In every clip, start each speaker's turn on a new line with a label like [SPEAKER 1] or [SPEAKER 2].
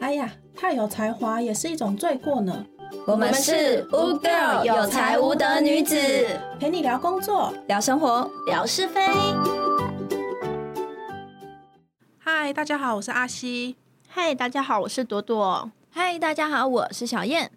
[SPEAKER 1] 哎太有才华也是一种罪过呢。
[SPEAKER 2] 我们是 Wu Girl 有才无德女子，
[SPEAKER 1] 陪你聊工作。
[SPEAKER 2] 聊生活，
[SPEAKER 3] 聊是非。
[SPEAKER 1] 嗨，大家好，我是阿西。
[SPEAKER 3] 嗨，大家好，我是朵朵。
[SPEAKER 2] 嗨，大家好，我是小燕。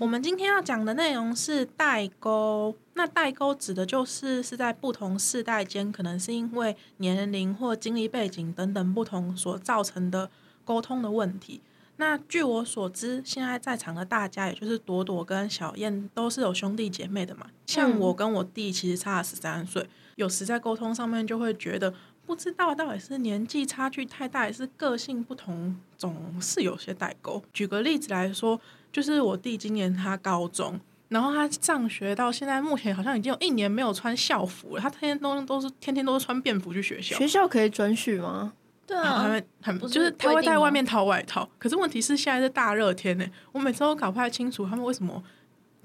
[SPEAKER 1] 我们今天要讲的内容是代沟。那代沟指的就是是在不同世代间，可能是因为年龄或经历背景等等不同所造成的沟通的问题。那据我所知，现在在场的大家，也就是朵朵跟小燕，都是有兄弟姐妹的嘛。像我跟我弟其实差了十三岁，有时在沟通上面就会觉得，不知道到底是年纪差距太大，还是个性不同，总是有些代沟。举个例子来说，就是我弟今年他高中，然后他上学到现在，目前好像已经有一年没有穿校服了。他天天都都是天天都是穿便服去学校，
[SPEAKER 4] 学校可以准许吗？
[SPEAKER 2] 对
[SPEAKER 1] 他们很
[SPEAKER 2] 不是
[SPEAKER 1] 就是他会
[SPEAKER 2] 规定
[SPEAKER 1] 在
[SPEAKER 2] 吗
[SPEAKER 1] 外面套外套，可是问题是现在是大热天呢、我每次都搞不太清楚他们为什么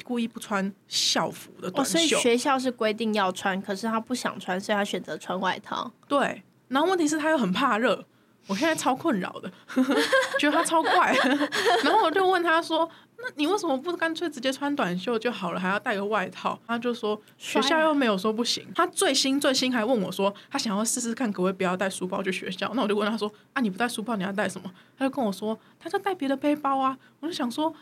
[SPEAKER 1] 故意不穿校服的
[SPEAKER 4] 哦，
[SPEAKER 1] 短
[SPEAKER 4] 所以
[SPEAKER 1] 袖。
[SPEAKER 4] 学校是规定要穿，可是他不想穿，所以他选择穿外套。
[SPEAKER 1] 对，然后问题是他又很怕热，我现在超困扰的， 觉得他超怪。然后我就问他说：“那你为什么不干脆直接穿短袖就好了，还要带个外套？”他就说：“学
[SPEAKER 4] 帅啊
[SPEAKER 1] 校又没有说不行。”他最新最新还问我说：“他想要试试看，可不可以不要带书包去学校？”那我就问他说：“啊，你不带书包，你要带什么？”他就跟我说：“他就带别的背包啊。”我就想说。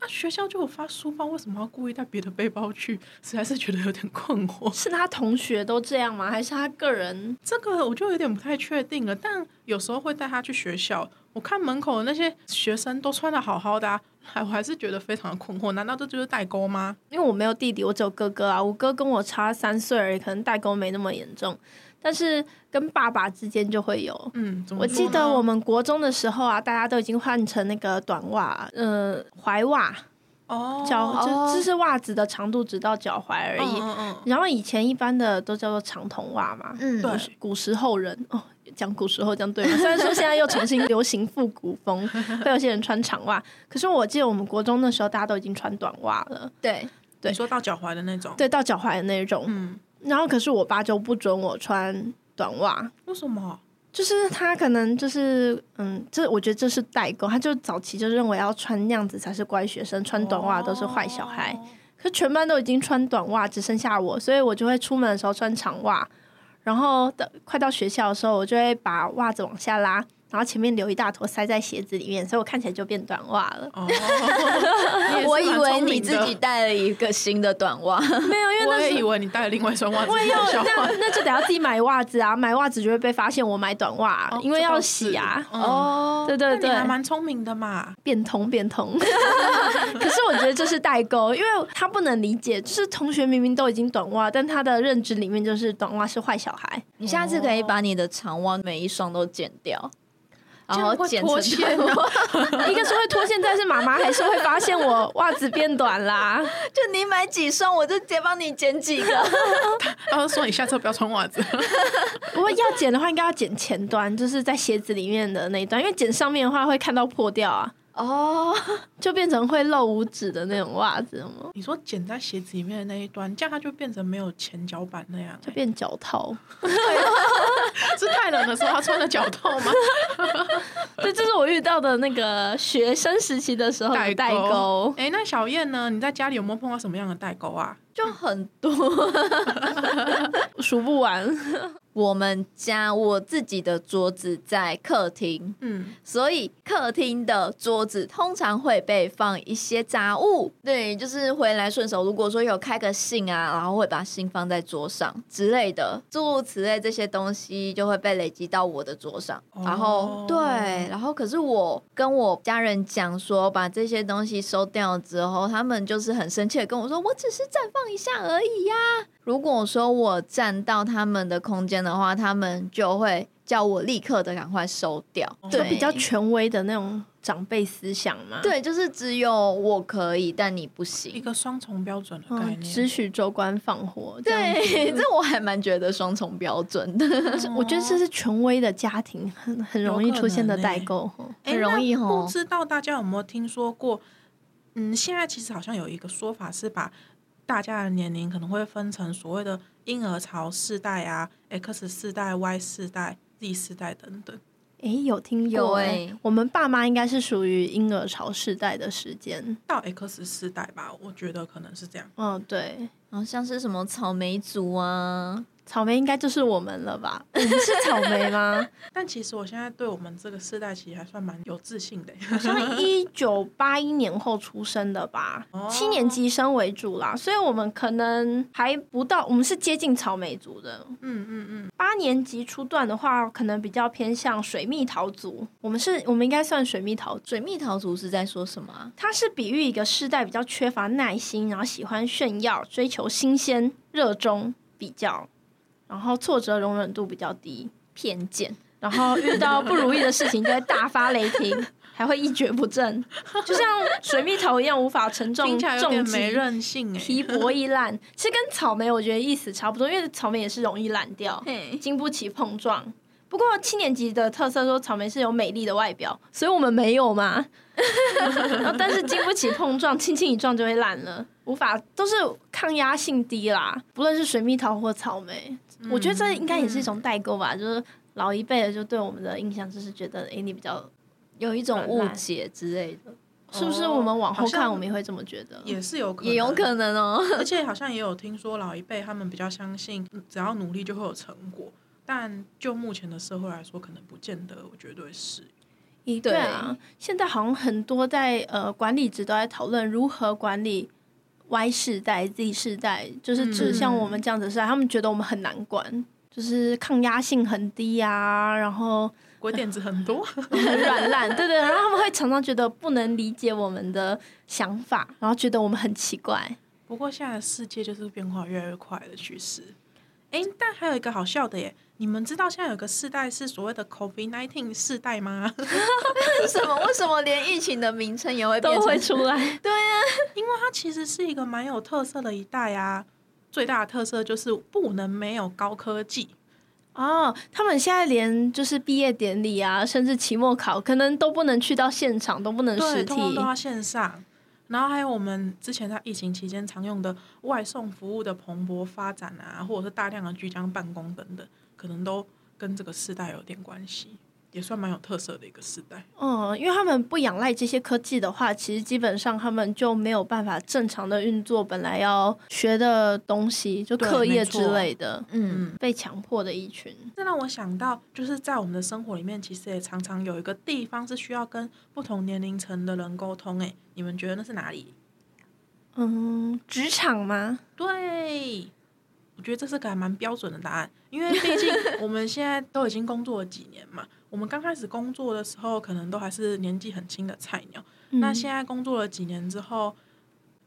[SPEAKER 1] 那、学校就有发书包，为什么要故意带别的背包去？实在是觉得有点困惑。
[SPEAKER 4] 是他同学都这样吗？还是他个人？
[SPEAKER 1] 这个我就有点不太确定了，但有时候会带他去学校。我看门口的那些学生都穿的好好的、啊， 还我还是觉得非常的困惑。难道这就是代沟吗？
[SPEAKER 4] 因为我没有弟弟，我只有哥哥啊。我哥跟我差三岁而已，可能代沟没那么严重，但是跟爸爸之间就会有。
[SPEAKER 1] 嗯，怎么
[SPEAKER 4] 我
[SPEAKER 1] 说呢
[SPEAKER 4] 记得我们国中的时候啊，大家都已经换成那个短袜，嗯，踝袜，
[SPEAKER 1] 哦，
[SPEAKER 4] 脚
[SPEAKER 2] 哦
[SPEAKER 4] 就就是袜子的长度只到脚踝而
[SPEAKER 1] 嗯
[SPEAKER 4] 已。
[SPEAKER 1] 嗯嗯
[SPEAKER 4] 然后以前一般的都叫做长筒袜嘛，
[SPEAKER 2] 嗯，
[SPEAKER 1] 对
[SPEAKER 4] 古时候人哦，讲古时候这样对吗？ 虽然说现在又重新流行复古 风，会有些人穿长袜，可是我记得我们国中那时候大家都已经穿短袜了，
[SPEAKER 2] 对，
[SPEAKER 4] 对
[SPEAKER 1] 你说到脚踝的那种，，
[SPEAKER 4] 对，到脚踝的那种。
[SPEAKER 1] 嗯，
[SPEAKER 4] 然后可是我爸就不准我穿短袜，
[SPEAKER 1] 为什么？
[SPEAKER 4] 就是他可能就是嗯，这我觉得这是代沟，他就早期就认为要穿那样子才是乖学生，穿短袜都是坏小孩。
[SPEAKER 1] 哦。
[SPEAKER 4] 可全班都已经穿短袜，只剩下我，所以我就会出门的时候穿长袜，然后到快到学校的时候，我就会把袜子往下拉，然后前面留一大坨塞在鞋子里面，所以我看起来就变短袜了
[SPEAKER 1] 哦，你也是蛮
[SPEAKER 2] 我以为
[SPEAKER 1] 聪
[SPEAKER 2] 你
[SPEAKER 1] 明
[SPEAKER 2] 自
[SPEAKER 1] 的
[SPEAKER 2] 己，带了一个新的短袜，
[SPEAKER 4] 没有，因为
[SPEAKER 1] 我
[SPEAKER 4] 那
[SPEAKER 1] 也以
[SPEAKER 4] 是。
[SPEAKER 1] 为你带了另外一双袜子
[SPEAKER 4] 我也
[SPEAKER 1] 去
[SPEAKER 4] 有，
[SPEAKER 1] 学校。
[SPEAKER 4] 那那就得要自己买袜子啊，买袜子就会被发现我买短袜啊、
[SPEAKER 1] 哦
[SPEAKER 4] 因为要洗啊。，
[SPEAKER 2] 哦
[SPEAKER 4] 对
[SPEAKER 1] 这倒是嗯那
[SPEAKER 4] 对对
[SPEAKER 1] 你，还蛮聪明的嘛。
[SPEAKER 4] 变通变通。 可是我觉得这是代沟，因为他不能理解，就是同学明明都已经短袜，但他的认知里面就是短袜是坏小孩。
[SPEAKER 2] 你下次可以把你的长袜每一双都剪掉，然后剪
[SPEAKER 1] 这样会脱
[SPEAKER 2] 成
[SPEAKER 1] 线哦
[SPEAKER 2] 短袜。
[SPEAKER 4] 一个是会脱线，但是妈妈还是会发现我袜子变短啦。
[SPEAKER 2] 就你买几双，我就直接帮你剪几个。
[SPEAKER 1] 他就说哦你下次不要穿袜子。
[SPEAKER 4] 不过要剪的话，应该要剪前端，就是在鞋子里面的那一段，因为剪上面的话会看到破掉啊，
[SPEAKER 2] 哦，
[SPEAKER 4] 就变成会露五指的那种袜子嘛，
[SPEAKER 1] 你说剪在鞋子里面的那一端，这样它就变成没有前脚板那样、欸
[SPEAKER 4] 就变脚套。
[SPEAKER 1] 是太冷的时候他穿了脚套 吗？
[SPEAKER 4] 对，这是我遇到的那个学生时期的时候的哦代沟。
[SPEAKER 1] 哎、那小燕呢？你在家里有没有碰到什么样的代沟啊？
[SPEAKER 2] 就很多。
[SPEAKER 4] 数不完，
[SPEAKER 2] 我们家我自己的桌子在客厅，
[SPEAKER 1] 嗯，
[SPEAKER 2] 所以客厅的桌子通常会被放一些杂物，对，就是回来顺手，如果说有开个信啊，然后会把信放在桌上之类的，诸如此类这些东西就会被累积到我的桌上。
[SPEAKER 1] 哦
[SPEAKER 2] 然后对，然后可是我跟我家人讲说把这些东西收掉之后，他们就是很生气的跟我说，我只是绽放一下而已呀、如果说我占到他们的空间的话，他们就会。叫我立刻的赶快收掉，
[SPEAKER 4] 就
[SPEAKER 2] 对，
[SPEAKER 4] 比较权威的那种长辈思想嘛。，
[SPEAKER 2] 对，就是只有我可以，但你不
[SPEAKER 1] 一
[SPEAKER 2] 行。
[SPEAKER 1] 个双重标准的概
[SPEAKER 4] 嗯，只
[SPEAKER 1] 念。
[SPEAKER 4] 许州官放火。这样子
[SPEAKER 2] 对， 这我还蛮觉得双重标准的，
[SPEAKER 1] 哦
[SPEAKER 4] 我觉得这是权威的家庭很很容易出现
[SPEAKER 1] 欸
[SPEAKER 4] 的代沟。
[SPEAKER 1] 诶
[SPEAKER 2] 很容易
[SPEAKER 1] 那
[SPEAKER 4] 哦
[SPEAKER 2] 吼
[SPEAKER 1] 不知道大家有没有听说过？嗯，现在其实好像有一个说法是把大家的年龄可能会分成所谓的婴儿潮世代啊、X 世代、Y 世代、Z 世代等等。
[SPEAKER 4] 诶，有听
[SPEAKER 2] 有
[SPEAKER 4] 过诶，
[SPEAKER 2] 诶
[SPEAKER 4] 我们爸妈应该是属于婴儿潮世代的时间。
[SPEAKER 1] 到 X 世代吧，我觉得可能是这样。
[SPEAKER 4] 嗯，对，
[SPEAKER 2] 然后像是什么草莓族啊，
[SPEAKER 4] 草莓应该就是我们了 吧？我们是草莓吗？
[SPEAKER 1] 但其实我现在对我们这个世代其实还算蛮有自信的。
[SPEAKER 4] 好像一九八一年后出生的吧，七年级生为主啦，所以我们可能还不到，我们是接近草莓族的。
[SPEAKER 1] 嗯嗯嗯，
[SPEAKER 4] 八年级初段的话，可能比较偏向水蜜桃族，我们是，我们应该算水蜜桃族。
[SPEAKER 2] 水蜜桃族是在说什么啊？
[SPEAKER 4] 它是比喻一个世代比较缺乏耐心，然后喜欢炫耀、追求新鲜、热衷比较，然后挫折容忍度比较低，
[SPEAKER 2] 偏见，
[SPEAKER 4] 然后遇到不如意的事情就会大发雷霆，还会一蹶不振，就像水蜜桃一样无法承重
[SPEAKER 1] 听起来有
[SPEAKER 4] 重
[SPEAKER 1] 点没
[SPEAKER 4] 击。
[SPEAKER 1] 韧性哎、
[SPEAKER 4] 皮薄易烂，其实跟草莓我觉得意思差不多，因为草莓也是容易烂掉。
[SPEAKER 2] 嘿，
[SPEAKER 4] 经不起碰撞。不过七年级的特色说草莓是有美丽的外表，所以我们没有嘛。 然后但是经不起碰撞，轻轻一撞就会烂了，无法都是抗压性低啦。不论是水蜜桃或草莓，我觉得这应该也是一种代沟吧，就是老一辈的就对我们的印象就是觉得，诶，你比较
[SPEAKER 2] 有一种误解之类的，
[SPEAKER 4] 是不是？我们往后
[SPEAKER 1] 好
[SPEAKER 4] 看，
[SPEAKER 1] 像
[SPEAKER 4] 我们也会这么觉得。
[SPEAKER 1] 也是有可能
[SPEAKER 2] 也有可能哦。
[SPEAKER 1] 而且好像也有听说老一辈他们比较相信，嗯只要努力就会有成果。但就目前的社会来说，可能不见得，我觉得是。
[SPEAKER 4] 对
[SPEAKER 2] 对
[SPEAKER 4] 啊，现在好像很多在呃管理职都在讨论如何管理 Y 世代、Z 世代，就是指
[SPEAKER 1] 嗯
[SPEAKER 4] 像我们这样子的世代，他们觉得我们很难管，就是抗压性很低啊，然后
[SPEAKER 1] 鬼点子很多，
[SPEAKER 4] 很软烂，对对，然后他们会常常觉得不能理解我们的想法，然后觉得我们很奇怪。
[SPEAKER 1] 不过现在的世界就是变化越来越快的趋势。诶，但还有一个好笑的耶，你们知道现在有个世代是所谓的 COVID nineteen 世代吗？
[SPEAKER 2] 为 什么？为什么连疫情的名称也会变
[SPEAKER 4] 都
[SPEAKER 2] 成
[SPEAKER 4] 会出来，
[SPEAKER 1] 它其实是一个蛮有特色的一代啊。最大的特色就是不能没有高科技。
[SPEAKER 4] 哦，他们现在连就是毕业典礼啊，甚至期末考，可能都不能去到现场，都不能
[SPEAKER 1] 对，
[SPEAKER 4] 嗯实
[SPEAKER 1] 通通
[SPEAKER 4] 体
[SPEAKER 1] 都，要线上。然后还有我们之前在疫情期间常用的外送服务的蓬勃发展啊，或者是大量的居家办公等等，可能都跟这个世代有点关系，也算蛮有特色的一个世代。
[SPEAKER 4] 嗯，因为他们不仰赖这些科技的话，其实基本上他们就没有办法正常的运作本来要学的东西，就
[SPEAKER 1] 对
[SPEAKER 4] 课业
[SPEAKER 1] 没错
[SPEAKER 4] 之类的，
[SPEAKER 2] 嗯，
[SPEAKER 4] 被强迫的一群。
[SPEAKER 1] 这让我想到，就是在我们的生活里面，其实也常常有一个地方是需要跟不同年龄层的人沟通。诶，你们觉得那是哪里？
[SPEAKER 4] 嗯，职场吗？
[SPEAKER 1] 对，我觉得这是个还蛮标准的答案，因为毕 竟我们现在都已经工作了几年嘛。我们刚开始工作的时候，可能都还是年纪很轻的菜鸟。那
[SPEAKER 4] 嗯
[SPEAKER 1] 现在工作了几年之后，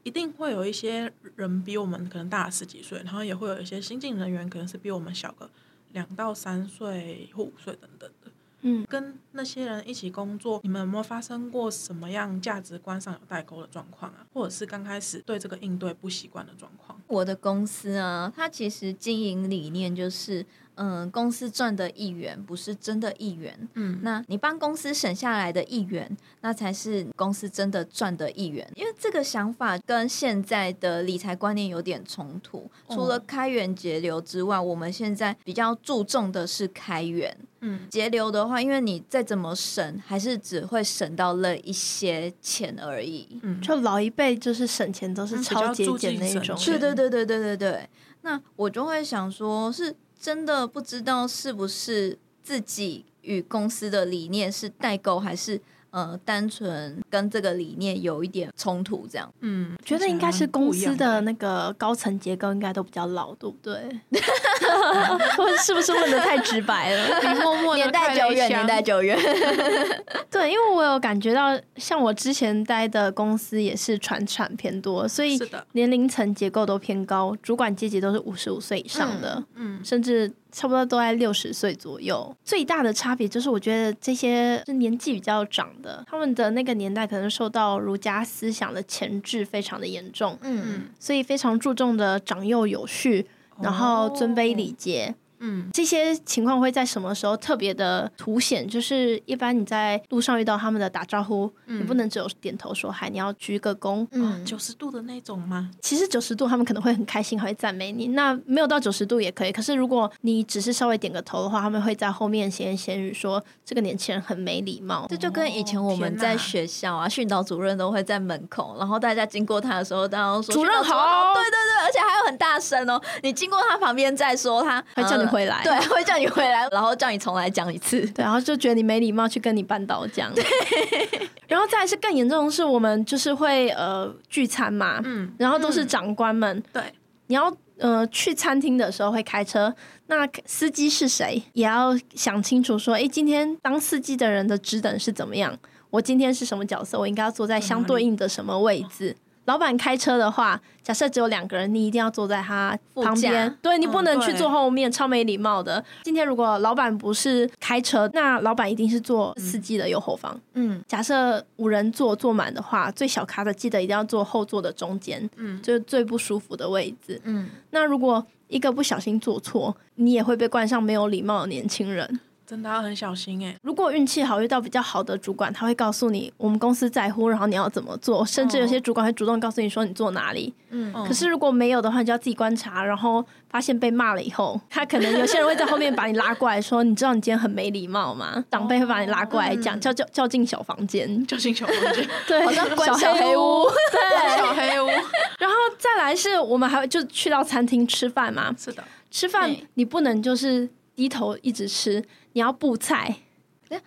[SPEAKER 1] 一定会有一些人比我们可能大了十几岁，然后也会有一些新进人员可能是比我们小个两到三岁或五岁等等的。
[SPEAKER 4] 嗯，
[SPEAKER 1] 跟那些人一起工作，你们有没有发生过什么样价值观上有代沟的状况啊？或者是刚开始对这个应对不习惯的状况？
[SPEAKER 2] 我的公司啊，它其实经营理念就是，嗯，公司赚的一元不是真的一元，
[SPEAKER 1] 嗯
[SPEAKER 2] 那你帮公司省下来的一元，那才是公司真的赚的一元。因为这个想法跟现在的理财观念有点冲突。
[SPEAKER 1] 哦
[SPEAKER 2] 除了开源节流之外，我们现在比较注重的是开源。
[SPEAKER 1] 嗯，
[SPEAKER 2] 节流的话，因为你再怎么省，还是只会省到了一些钱而已。
[SPEAKER 1] 嗯，
[SPEAKER 4] 就老一辈就是省钱都是
[SPEAKER 1] 嗯比
[SPEAKER 4] 超
[SPEAKER 1] 较
[SPEAKER 4] 节
[SPEAKER 1] 注
[SPEAKER 4] 俭
[SPEAKER 1] 重
[SPEAKER 4] 那一
[SPEAKER 1] 省
[SPEAKER 4] 种，
[SPEAKER 1] 钱
[SPEAKER 2] 对对对对对对对。那我就会想说，是真的不知道是不是自己与公司的理念是代沟，还是呃单纯跟这个理念有一点冲突这样？
[SPEAKER 1] 嗯，
[SPEAKER 4] 觉得应该是公司
[SPEAKER 1] 听起来
[SPEAKER 4] 的
[SPEAKER 1] 蛮
[SPEAKER 4] 那个高层结构应该都比较老，对不 对？我是不是问的太直白
[SPEAKER 1] 不
[SPEAKER 4] 了？
[SPEAKER 1] 一样 你默默地
[SPEAKER 2] 年代
[SPEAKER 1] 开了
[SPEAKER 2] 久
[SPEAKER 1] 一
[SPEAKER 2] 远，
[SPEAKER 1] 箱
[SPEAKER 2] 年代久远。
[SPEAKER 4] 对，因为我有感觉到，像我之前待的公司也是传产偏多，所以
[SPEAKER 1] 是的，
[SPEAKER 4] 年龄层结构都偏高，主管阶级都是五十五岁以上的，
[SPEAKER 1] 嗯，
[SPEAKER 4] 甚至差不多都在六十岁左右。最大的差别就是，我觉得这些是年纪比较长的，他们的那个年代可能受到儒家思想的钳制非常的严重，
[SPEAKER 2] 嗯
[SPEAKER 1] 嗯
[SPEAKER 4] 所以非常注重的长幼有序，然后尊卑礼节。
[SPEAKER 1] 嗯，
[SPEAKER 4] 这些情况会在什么时候特别的凸显？就是一般你在路上遇到他们的打招呼，你不能只有点头说嗨，你要鞠个躬。
[SPEAKER 2] 嗯，
[SPEAKER 1] 九十度的那种吗？
[SPEAKER 4] 其实九十度他们可能会很开心，还会赞美你。那没有到九十度也可以，可是如果你只是稍微点个头的话，他们会在后面闲言闲语说这个年轻人很没礼貌。
[SPEAKER 2] 这就跟以前我们在学校啊，训导主任都会在门口，然后大家经过他的时候，大家都说
[SPEAKER 4] 主任
[SPEAKER 2] 训导哦
[SPEAKER 4] 好
[SPEAKER 2] 对对对，而且还有很大声哦。你经过他旁边再说他，
[SPEAKER 4] 会叫你回来
[SPEAKER 2] 呃对，会叫你回来，然后叫你重来讲一次。
[SPEAKER 4] 对，然后就觉得你没礼貌，去跟你班导讲。然后再来是更严重的是，我们就是会呃聚餐嘛，
[SPEAKER 1] 嗯，
[SPEAKER 4] 然后都是长官们，
[SPEAKER 1] 对，
[SPEAKER 4] 你要呃去餐厅的时候会开车，那司机是谁也要想清楚说，诶，哎今天当司机的人的职能是怎么样？我今天是什么角色？我应该要坐在相对应的什么位置？老板开车的话，假设只有两个人，你一定要坐在他
[SPEAKER 2] 副
[SPEAKER 4] 旁边
[SPEAKER 2] 驾，
[SPEAKER 4] 对你不能去
[SPEAKER 1] 对
[SPEAKER 4] 坐后面，超没礼貌的。今天如果老板不是开车，那老板一定是坐司机的右后方。
[SPEAKER 2] 嗯，
[SPEAKER 4] 假设五人座坐满的话，最小咖的记得一定要坐后座的中间，
[SPEAKER 1] 嗯
[SPEAKER 4] 就是最不舒服的位置。
[SPEAKER 2] 嗯，
[SPEAKER 4] 那如果一个不小心做错，你也会被冠上没有礼貌的年轻人。
[SPEAKER 1] 真的要很小心哎、
[SPEAKER 4] 如果运气好，遇到比较好的主管，他会告诉你我们公司在乎，然后你要怎么做，甚至有些主管会主动告诉你说你做哪里。
[SPEAKER 1] 嗯
[SPEAKER 4] 可是如果没有的话，你就要自己观察，然后发现被骂了以后，他可能有些人会在后面把你拉过来说，你知道你今天很没礼貌
[SPEAKER 2] 哦
[SPEAKER 4] 吗？长辈会把你拉过来讲，叫叫叫进小房间，
[SPEAKER 1] 就进小房间，
[SPEAKER 4] 对，
[SPEAKER 2] 好像关嗯 小
[SPEAKER 4] 黑
[SPEAKER 2] 黑屋，
[SPEAKER 1] 小黑屋，
[SPEAKER 4] 然后再来是我们还会就去到餐厅吃饭嘛，
[SPEAKER 1] 是的，
[SPEAKER 4] 吃饭
[SPEAKER 2] 对
[SPEAKER 4] 你不能就是低头一直吃，你要布菜，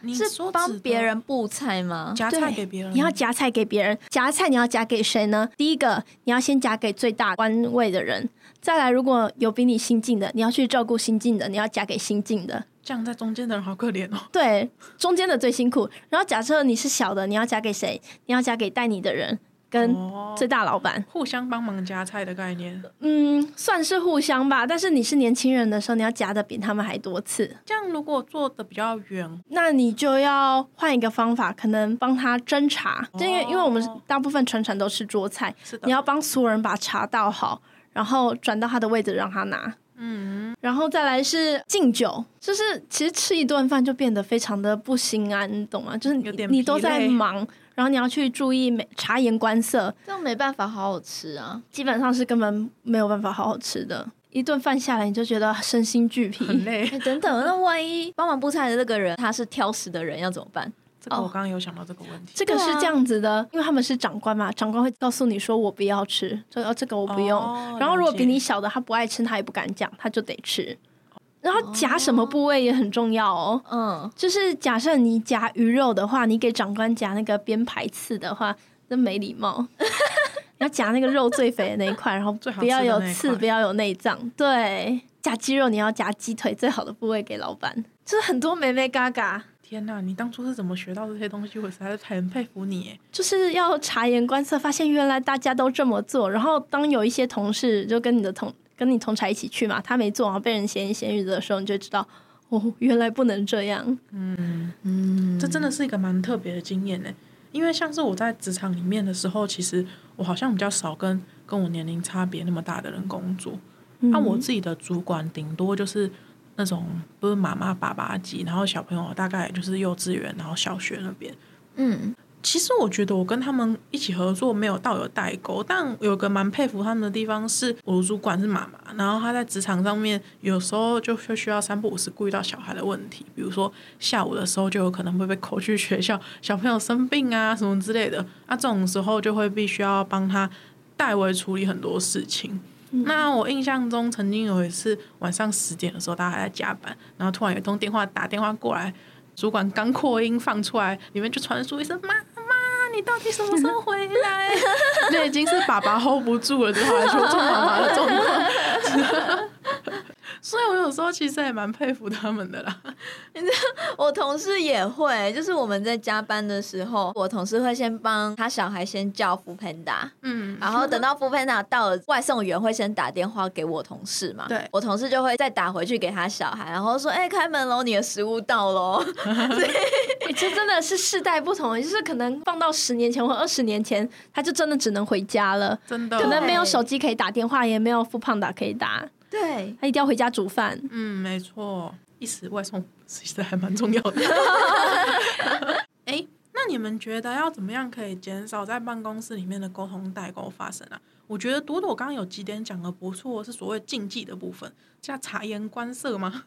[SPEAKER 1] 你
[SPEAKER 2] 哎是
[SPEAKER 1] 说指
[SPEAKER 2] 帮
[SPEAKER 1] 的
[SPEAKER 2] 别人布菜吗？
[SPEAKER 1] 夹菜给别人，
[SPEAKER 4] 你要夹菜给别人。夹菜你要夹给谁呢？第一个你要先夹给最大官位的人，再来如果有比你新进的，你要去照顾新进的，你要夹给新进的。
[SPEAKER 1] 这样在中间的人好可怜哦。
[SPEAKER 4] 对，中间的最辛苦。然后假设你是小的，你要夹给谁？你要夹给带你的人跟
[SPEAKER 1] 哦
[SPEAKER 4] 最大老板。
[SPEAKER 1] 互相帮忙夹菜的概念，
[SPEAKER 4] 嗯，算是互相吧。但是你是年轻人的时候，你要夹的比他们还多次。
[SPEAKER 1] 这样如果做的比较远，
[SPEAKER 4] 那你就要换一个方法，可能帮他斟茶，
[SPEAKER 1] 哦
[SPEAKER 4] 就因为因为我们大部分全程都吃桌菜，
[SPEAKER 1] 是的，
[SPEAKER 4] 你要帮所有人把茶倒好，然后转到他的位置让他拿。
[SPEAKER 1] 嗯，
[SPEAKER 4] 然后再来是敬酒，就是其实吃一顿饭就变得非常的不心安，你懂吗？就是你
[SPEAKER 1] 有点
[SPEAKER 4] 你都
[SPEAKER 1] 疲累
[SPEAKER 4] 在忙，然后你要去注意每察言观色，
[SPEAKER 2] 这样没办法好好吃啊。
[SPEAKER 4] 基本上是根本没有办法好好吃的。一顿饭下来，你就觉得身心俱疲，
[SPEAKER 1] 很累。
[SPEAKER 2] 哎，等等，那万一帮忙布菜的那个人他是挑食的人，要怎么办？
[SPEAKER 1] 这个我
[SPEAKER 2] 哦
[SPEAKER 1] 刚刚有想到这个问题，
[SPEAKER 4] 这个
[SPEAKER 2] 对
[SPEAKER 4] 是
[SPEAKER 2] 啊
[SPEAKER 4] 这样子的，因为他们是长官嘛，长官会告诉你说我不要吃，这个这个我不用。
[SPEAKER 1] 哦
[SPEAKER 4] 然后如果比
[SPEAKER 1] 了解
[SPEAKER 4] 你小的他不爱吃，他也不敢讲，他就得吃。然后
[SPEAKER 1] 哦
[SPEAKER 4] 夹什么部位也很重要哦。
[SPEAKER 2] 嗯，
[SPEAKER 4] 就是假设你夹鱼肉的话，你给长官夹那个编排刺的话，真没礼貌。 你要夹那个肉最肥的那一块，然后
[SPEAKER 1] 最好
[SPEAKER 4] 不要
[SPEAKER 1] 吃的
[SPEAKER 4] 有
[SPEAKER 1] 那一
[SPEAKER 4] 刺，
[SPEAKER 1] 块
[SPEAKER 4] 不要有内脏。对，夹鸡肉你要夹鸡腿最好的部位给老板。就是很多美美嘎嘎。
[SPEAKER 1] 天哪，你当初是怎么学到这些东西？我实在是很佩服你耶。
[SPEAKER 4] 就是要察言观色，发现原来大家都这么做。然后当有一些同事就跟你的同跟你同才一起去嘛，他没做，然后被人闲言闲语的时候，你就知道哦，原来不能这样。
[SPEAKER 1] 这真的是一个蛮特别的经验呢。因为像是我在职场里面的时候，其实我好像比较少跟跟我年龄差别那么大的人工作。那、我自己的主管顶多就是那种不是妈妈爸爸级，然后小朋友大概也就是幼稚园，然后小学那边。
[SPEAKER 2] 嗯，
[SPEAKER 1] 其实我觉得我跟他们一起合作没有到有代沟，但有个蛮佩服他们的地方是，我主管是妈妈，然后她在职场上面有时候就会需要三不五时顾虑到小孩的问题，比如说下午的时候就有可能会被扣去学校，小朋友生病啊什么之类的，那、这种时候就会必须要帮他代为处理很多事情。那我印象中曾经有一次晚上十点的时候，大家还在加班，然后突然有一通电话打电话过来，主管刚扩音放出来，里面就传出一声“妈妈，你到底什么时候回来？” 那已经是爸爸 hold 不住了，只好来说中妈妈的状况。 所以，我有时候其实也蛮佩服他们的啦。
[SPEAKER 2] 我同事也会，就是我们在加班的时候，我同事会先帮他小孩先叫福 panda，
[SPEAKER 1] 嗯，
[SPEAKER 2] 然后等到福 panda 到了，外送员会先打电话给我同事嘛，
[SPEAKER 1] 对
[SPEAKER 2] 我同事就会再打回去给他小孩，然后说，哎、开门喽，你的食物到喽，
[SPEAKER 4] 欸这真的是世代不同，就是可能放到十年前或二十年前，他就真的只能回家了，
[SPEAKER 1] 真的
[SPEAKER 4] 可能
[SPEAKER 2] 对
[SPEAKER 4] 没有手机可以打电话，也没有富胖打可以打。
[SPEAKER 2] 对，
[SPEAKER 4] 他一定要回家煮饭。
[SPEAKER 1] 嗯，没错，一时外送其实还蛮重要的。 哎、那你们觉得要怎么样可以减少在办公室里面的沟通代沟发生啊？我觉得朵朵刚刚有几点讲的不错，是所谓禁忌的部分，叫察言观色吗？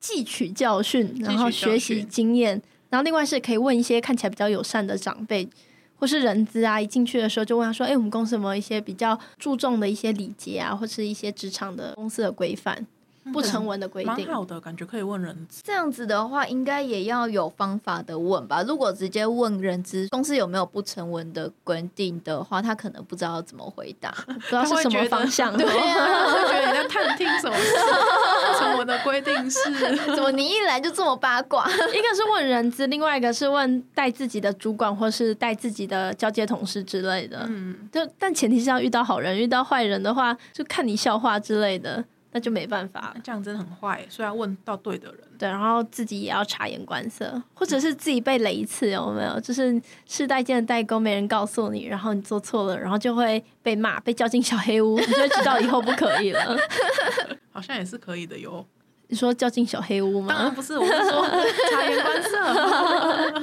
[SPEAKER 4] 汲取教训，然后学习经验，然后另外是可以问一些看起来比较友善的长辈或是人资啊，一进去的时候就问他说：“哎、我们公司有没有一些比较注重的一些礼节啊，或是一些职场的公司的规范、不成文的规
[SPEAKER 1] 蛮
[SPEAKER 4] 定
[SPEAKER 1] 好的，感觉可以问人 资。
[SPEAKER 2] 这样子的话，应该也要有方法的问吧。如果直接问人资公司有没有不成文的规定的话，他可能不知道要怎么回 答。？”
[SPEAKER 4] 不知道是什么方向，
[SPEAKER 1] 对
[SPEAKER 4] 对
[SPEAKER 1] 啊，会觉得你在探听什么事？为什么我的规定是？
[SPEAKER 2] 怎么你一来就这么八卦？
[SPEAKER 4] 一个是问人资，另外一个是问带自己的主管或是带自己的交接同事之类的。
[SPEAKER 1] 嗯，
[SPEAKER 4] 就但前提是要遇到好人，遇到坏人的话，就看你笑话之类的，那就没办法了
[SPEAKER 1] 那。这样真的很坏，虽然问到对的人。
[SPEAKER 4] 对，然后自己也要察言观色，或者是自己被雷一次有没有？就是世代间的代沟，没人告诉你，然后你做错了，然后就会被骂，被叫进小黑屋，你就会知道以后不可 以了。
[SPEAKER 1] 好像也是可以的哟。
[SPEAKER 4] 你说叫进小黑屋
[SPEAKER 1] 当然
[SPEAKER 4] 吗？
[SPEAKER 1] 不是，我是说察言观 色。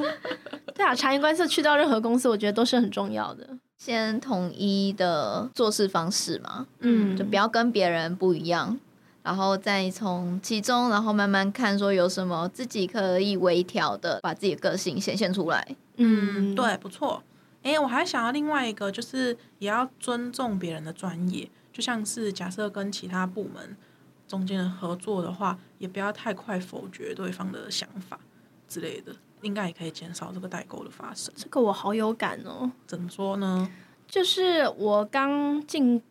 [SPEAKER 4] 对啊，察言观色去到任何公司，我觉得都是很重要的。
[SPEAKER 2] 先统一的做事方式嘛，
[SPEAKER 1] 嗯
[SPEAKER 2] 就不要跟别人不一样，然后再从其中，然后慢慢看说有什么自己可以微调的，把自己的个性显现出来。
[SPEAKER 1] 嗯，，对，不错。哎、我还想要另外一个，就是也要尊重别人的专业，就像是假设跟其他部门中间的合作的话，也不要太快否决对方的想法之类的，应该也可以减少这个代沟的发生。
[SPEAKER 4] 这个我好有感哦。
[SPEAKER 1] 怎么说呢？
[SPEAKER 4] 就是我刚进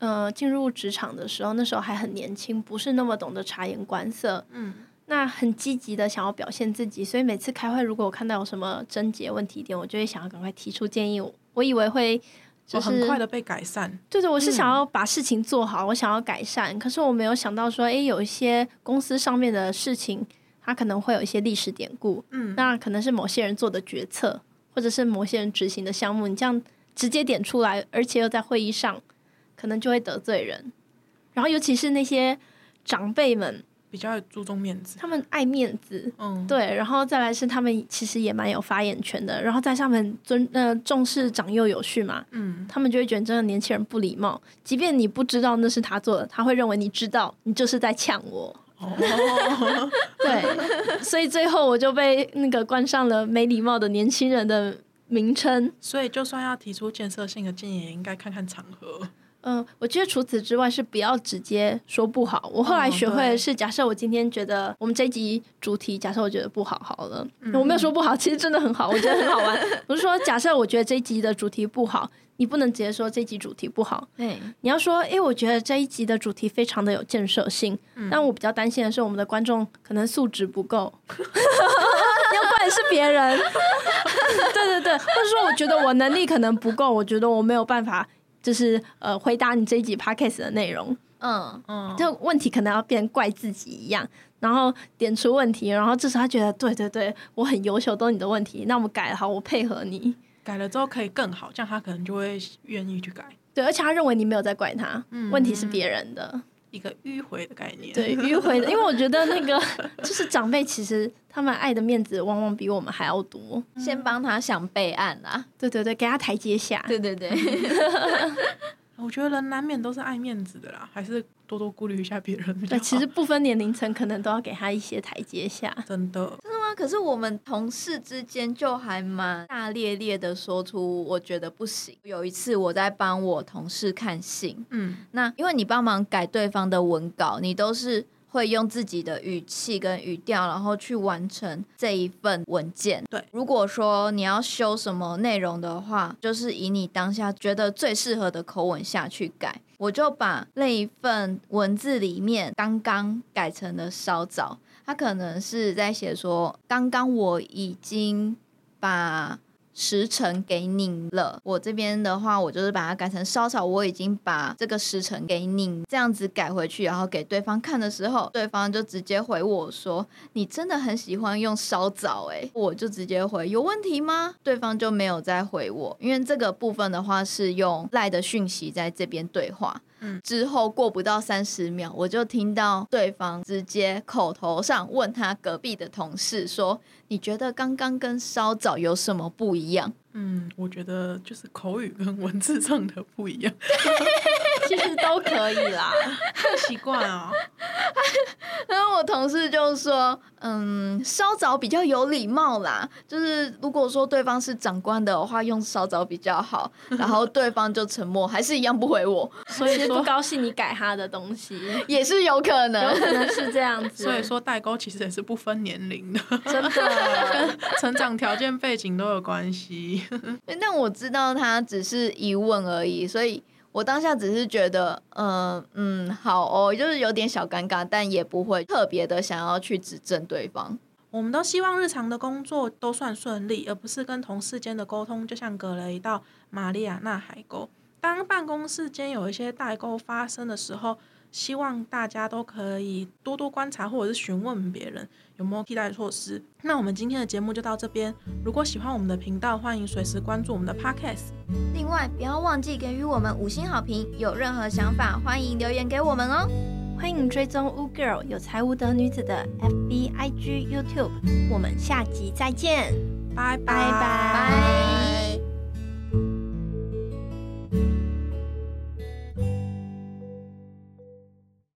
[SPEAKER 4] 呃进入职场的时候，那时候还很年轻，不是那么懂得察言观色，
[SPEAKER 1] 嗯，
[SPEAKER 4] 那很积极的想要表现自己，所以每次开会，如果我看到有什么症结问题点，我就会想要赶快提出建议。我我以为会就
[SPEAKER 1] 我
[SPEAKER 4] 是、
[SPEAKER 1] 哦很快的被改善。
[SPEAKER 4] 对对，我是想要把事情做好，我想要改善，可是我没有想到说，诶，有一些公司上面的事情，它可能会有一些历史典故，
[SPEAKER 1] 嗯，
[SPEAKER 4] 那可能是某些人做的决策，或者是某些人执行的项目，你这样直接点出来，而且又在会议上，可能就会得罪人。然后尤其是那些长辈们，
[SPEAKER 1] 比较注重面子。
[SPEAKER 4] 他们爱面子，
[SPEAKER 1] 嗯，
[SPEAKER 4] 对，然后再来是他们其实也蛮有发言权的，然后在上面尊呃重视长幼有序嘛，
[SPEAKER 1] 嗯，
[SPEAKER 4] 他们就会觉得真的年轻人不礼貌，即便你不知道那是他做的，他会认为你知道，你就是在呛我。
[SPEAKER 1] 哦，
[SPEAKER 4] 对，所以最后我就被那个冠上了没礼貌的年轻人的名称。
[SPEAKER 1] 所以就算要提出建设性的建议，也应该看看场合。
[SPEAKER 4] 嗯，我觉得除此之外是不要直接说不好。我后来
[SPEAKER 1] 哦
[SPEAKER 4] 学会的
[SPEAKER 1] 对
[SPEAKER 4] 是，假设我今天觉得我们这一集主题，假设我觉得不好好了，
[SPEAKER 1] 嗯
[SPEAKER 4] 我没有说不好，其实真的很好，我觉得很好 玩。我是说，假设我觉得这一集的主题不好，你不能直接说这一集主题不好，
[SPEAKER 2] 对，
[SPEAKER 4] 你要说，诶，我觉得这一集的主题非常的有建设性，但我比较担心的是我们的观众可能素质不够， 要不然是别人， 对对对，或者说我觉得我能力可能不够，我觉得我没有办法，就是呃回答你这一集 podcast 的内容，
[SPEAKER 2] 嗯，
[SPEAKER 1] 嗯，
[SPEAKER 4] 这问题可能要变怪自己一样，然后点出问题，然后这时候他觉得对对对，我很优秀，都是你的问题，那我们改好，我配合你，
[SPEAKER 1] 改了之后可以更好，这样他可能就会愿意去改。
[SPEAKER 4] 对，而且他认为你没有在怪他，问题是别人的。
[SPEAKER 1] 一个迂回的概念，
[SPEAKER 4] 对，迂回的，因为我觉得那个就是长辈，其实他们爱的面子往往比我们还要多。
[SPEAKER 2] 先帮他想备案啊啦。
[SPEAKER 4] 对对对，给他台阶下。
[SPEAKER 2] 对对对，
[SPEAKER 1] 我觉得人难免都是爱面子的啦，还是多多顾虑一下别人比较
[SPEAKER 4] 对，
[SPEAKER 1] 好。
[SPEAKER 4] 其实不分年龄层，可能都要给他一些台阶下。
[SPEAKER 1] 真的，
[SPEAKER 2] 那啊可是我们同事之间就还蛮大咧咧的说出我觉得不行。有一次我在帮我同事看信，
[SPEAKER 1] 嗯，
[SPEAKER 2] 那因为你帮忙改对方的文稿，你都是会用自己的语气跟语调，然后去完成这一份文件。
[SPEAKER 1] 对，
[SPEAKER 2] 如果说你要修什么内容的话，就是以你当下觉得最适合的口吻下去改。我就把那一份文字里面刚刚改成了稍早，他可能是在写说，刚刚我已经把时辰给您了。我这边的话，我就是把它改成稍早，我已经把这个时辰给您，这样子改回去，然后给对方看的时候，对方就直接回我说：“你真的很喜欢用稍早诶、我就直接回：“有问题吗？”对方就没有再回我，因为这个部分的话是用赖的讯息在这边对话。
[SPEAKER 1] 嗯
[SPEAKER 2] 之后过不到三十秒，我就听到对方直接口头上问他隔壁的同事说：“你觉得刚刚跟稍早有什么不一样？”
[SPEAKER 1] 嗯，我觉得就是口语跟文字上的不 一样，
[SPEAKER 4] 其实都可以啦。
[SPEAKER 1] 太习惯哦。
[SPEAKER 2] 然后我同事就说：“嗯，稍早比较有礼貌啦，就是如果说对方是长官的话，用稍早比较好。”然后对方就沉默，还是一样不回我，
[SPEAKER 4] 所以不高兴你改他的东西，
[SPEAKER 2] 也是有可
[SPEAKER 4] 有
[SPEAKER 2] 能。
[SPEAKER 4] 可能是这样 子。
[SPEAKER 1] 所以说代沟其实也是不分年龄的，
[SPEAKER 4] 真的，
[SPEAKER 1] 跟成长条件背景都有关系。
[SPEAKER 2] 但我知道他只是疑问而已，所以我当下只是觉得，嗯嗯，好哦，就是有点小尴尬，但也不会特别的想要去指正对方。
[SPEAKER 1] 我们都希望日常的工作都算顺利，而不是跟同事间的沟通就像隔了一道马里亚纳海沟。当办公室间有一些代沟发生的时候，希望大家都可以多多观察或者是询问别人有没有替代措施。那我们今天的节目就到这边。如果喜欢我们的频道，欢迎随时关注我们的 Podcast。
[SPEAKER 5] 另外，不要忘记给予我们五星好评。有任何想法，欢迎留言给我们哦。
[SPEAKER 4] 欢迎追踪 U Girl 有才无德女子的 FB、IG、YouTube，我们下集再见。
[SPEAKER 1] 拜拜
[SPEAKER 4] 拜拜
[SPEAKER 5] 拜。